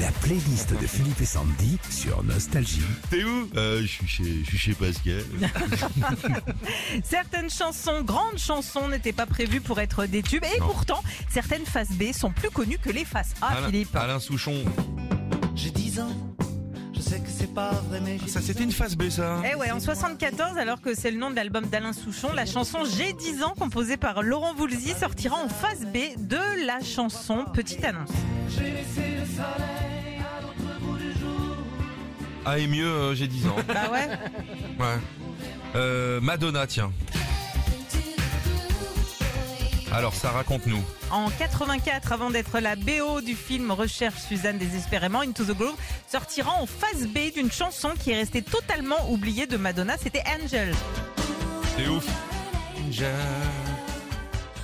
La playlist de Philippe et Sandy sur Nostalgie. T'es où euh, Je suis chez, je suis chez Pascal. Certaines chansons, grandes chansons, n'étaient pas prévues pour être des tubes. Et Non. pourtant, certaines faces B sont plus connues que les faces Ah, A, Alain, Philippe. Alain Souchon. J'ai 10 ans, je sais que c'est pas vrai, mais j'ai Ça, 10 c'était une phase B, ça. hein Eh ouais, en 74, alors que c'est le nom de l'album d'Alain Souchon, la chanson J'ai 10 ans, composée par Laurent Voulzy, sortira en face B de la chanson Petite Annonce. ans. J'ai laissé le soleil à l'autre bout du jour. Ah, et mieux, euh, j'ai 10 ans. Bah ouais, Ouais. Euh, Madonna, tiens. Alors, ça raconte-nous. en 84, avant d'être la BO du film Recherche Suzanne désespérément, Into the Groove sortira en face B d'une chanson qui est restée totalement oubliée de Madonna, c'était Angel. C'est ouf. Je-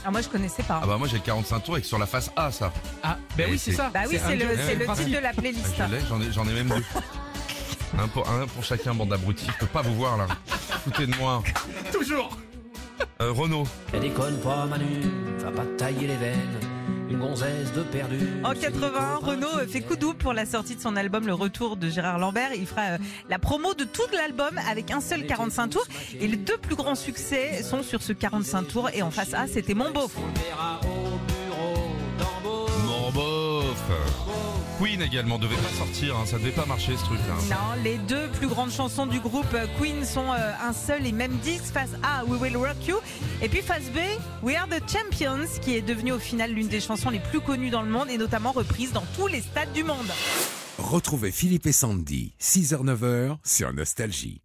Ah, moi je connaissais pas. Ah bah moi j'ai le 45 tours et que sur la face A ça. Ah, ben Et oui, c'est c'est- ça. Bah oui, c'est le, un- c'est le principe. titre de la Ah, playlist. je l'ai, j'en ai, j'en ai même deux. Un pour, un pour chacun, bande d'abrutis. Je peux pas vous voir là. Foutez de moi. Toujours. Euh, Renaud. Mais déconne pas, Manu, va pas te tailler les veines. Une gonzesse de perdu. En 81, Renaud euh, fait coup double pour la sortie de son album Le Retour de Gérard Lambert. Il fera euh, la promo de tout l'album avec un seul 45 tours. Et les deux plus grands succès sont sur ce 45 tours. Et en face A, c'était Mon Beau. Morbof. Queen également devait pas sortir, hein, ça devait pas marcher ce truc là. Non, les deux plus grandes chansons du groupe euh, Queen sont euh, un seul et même disque. Face A, We Will Rock You. Et puis face B, We Are the Champions, qui est devenue au final l'une des chansons les plus connues dans le monde et notamment reprise dans tous les stades du monde. Retrouvez Philippe et Sandy, 6h-9h sur Nostalgie.